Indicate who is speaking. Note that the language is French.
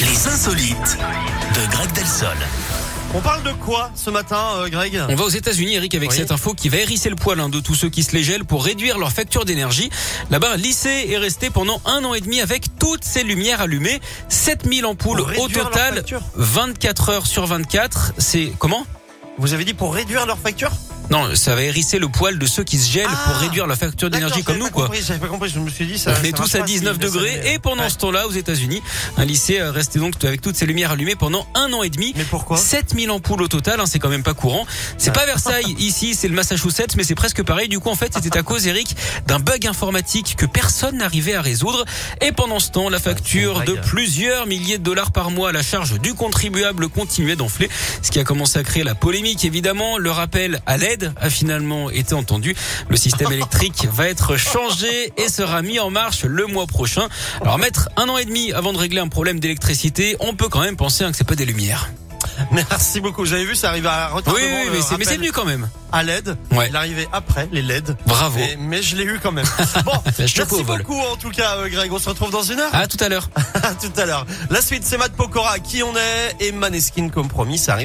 Speaker 1: Les insolites de Greg Delsol.
Speaker 2: On parle de quoi ce matin, euh, Greg
Speaker 3: On va aux États-Unis, Eric, avec
Speaker 2: Oui.
Speaker 3: cette info qui va hérisser le poil hein, de tous ceux qui se les gèlent pour réduire leur facture d'énergie. Là-bas, l'IC est resté pendant un an et demi avec toutes ses lumières allumées. 7000 ampoules
Speaker 2: Pour réduire
Speaker 3: au
Speaker 2: leur
Speaker 3: total,
Speaker 2: facture
Speaker 3: 24 heures sur 24. C'est comment
Speaker 2: Vous avez dit pour réduire leur facture
Speaker 3: Non, ça va hérisser le poil de ceux qui se gèlent
Speaker 2: Ah
Speaker 3: pour réduire leur facture d'énergie
Speaker 2: D'accord,
Speaker 3: comme nous,
Speaker 2: j'avais pas
Speaker 3: quoi.
Speaker 2: compris, J'avais pas compris, je me suis dit ça.
Speaker 3: On
Speaker 2: ça
Speaker 3: est tous
Speaker 2: marche
Speaker 3: à
Speaker 2: pas,
Speaker 3: 19
Speaker 2: si
Speaker 3: degrés
Speaker 2: personne est-
Speaker 3: et pendant
Speaker 2: Ouais.
Speaker 3: ce temps-là aux États-Unis, un lycée euh, restait donc avec toutes ses lumières allumées pendant un an et demi.
Speaker 2: Mais pourquoi Ah.
Speaker 3: 7000 ampoules au total, hein, c'est quand même pas courant. C'est pas Versailles ici, c'est le Massachusetts, mais c'est presque pareil. Du coup, en fait, c'était à cause, Eric, d'un bug informatique que personne n'arrivait à résoudre. Et pendant ce temps, la facture
Speaker 2: Bah, c'est
Speaker 3: de
Speaker 2: une blague.
Speaker 3: plusieurs milliers de dollars par mois à la charge du contribuable continuait d'enfler, ce qui a commencé à créer la polémique. Évidemment, le rappel à l'aide a finalement été entendu. Le système électrique va être changé et sera mis en marche le mois prochain. Alors, mettre un an et demi avant de régler un problème d'électricité, on peut quand même penser hein, que c'est pas des lumières.
Speaker 2: Merci beaucoup. J'avais vu, ça arrive à
Speaker 3: Oui,
Speaker 2: retardement.
Speaker 3: oui, oui,
Speaker 2: le
Speaker 3: mais c'est- mais c'est
Speaker 2: rappel
Speaker 3: mieux quand même.
Speaker 2: À l'aide.
Speaker 3: Ouais.
Speaker 2: Il arrivait après les LED.
Speaker 3: Bravo.
Speaker 2: Et- mais je l'ai eu quand même. Bon,
Speaker 3: La
Speaker 2: merci
Speaker 3: choco au vol.
Speaker 2: beaucoup en tout cas, euh, Greg. On se retrouve dans une heure.
Speaker 3: À tout à l'heure.
Speaker 2: À tout à l'heure. La suite, c'est Matt Pokora. Qui on est Et Maneskin, comme promis, ça arrive.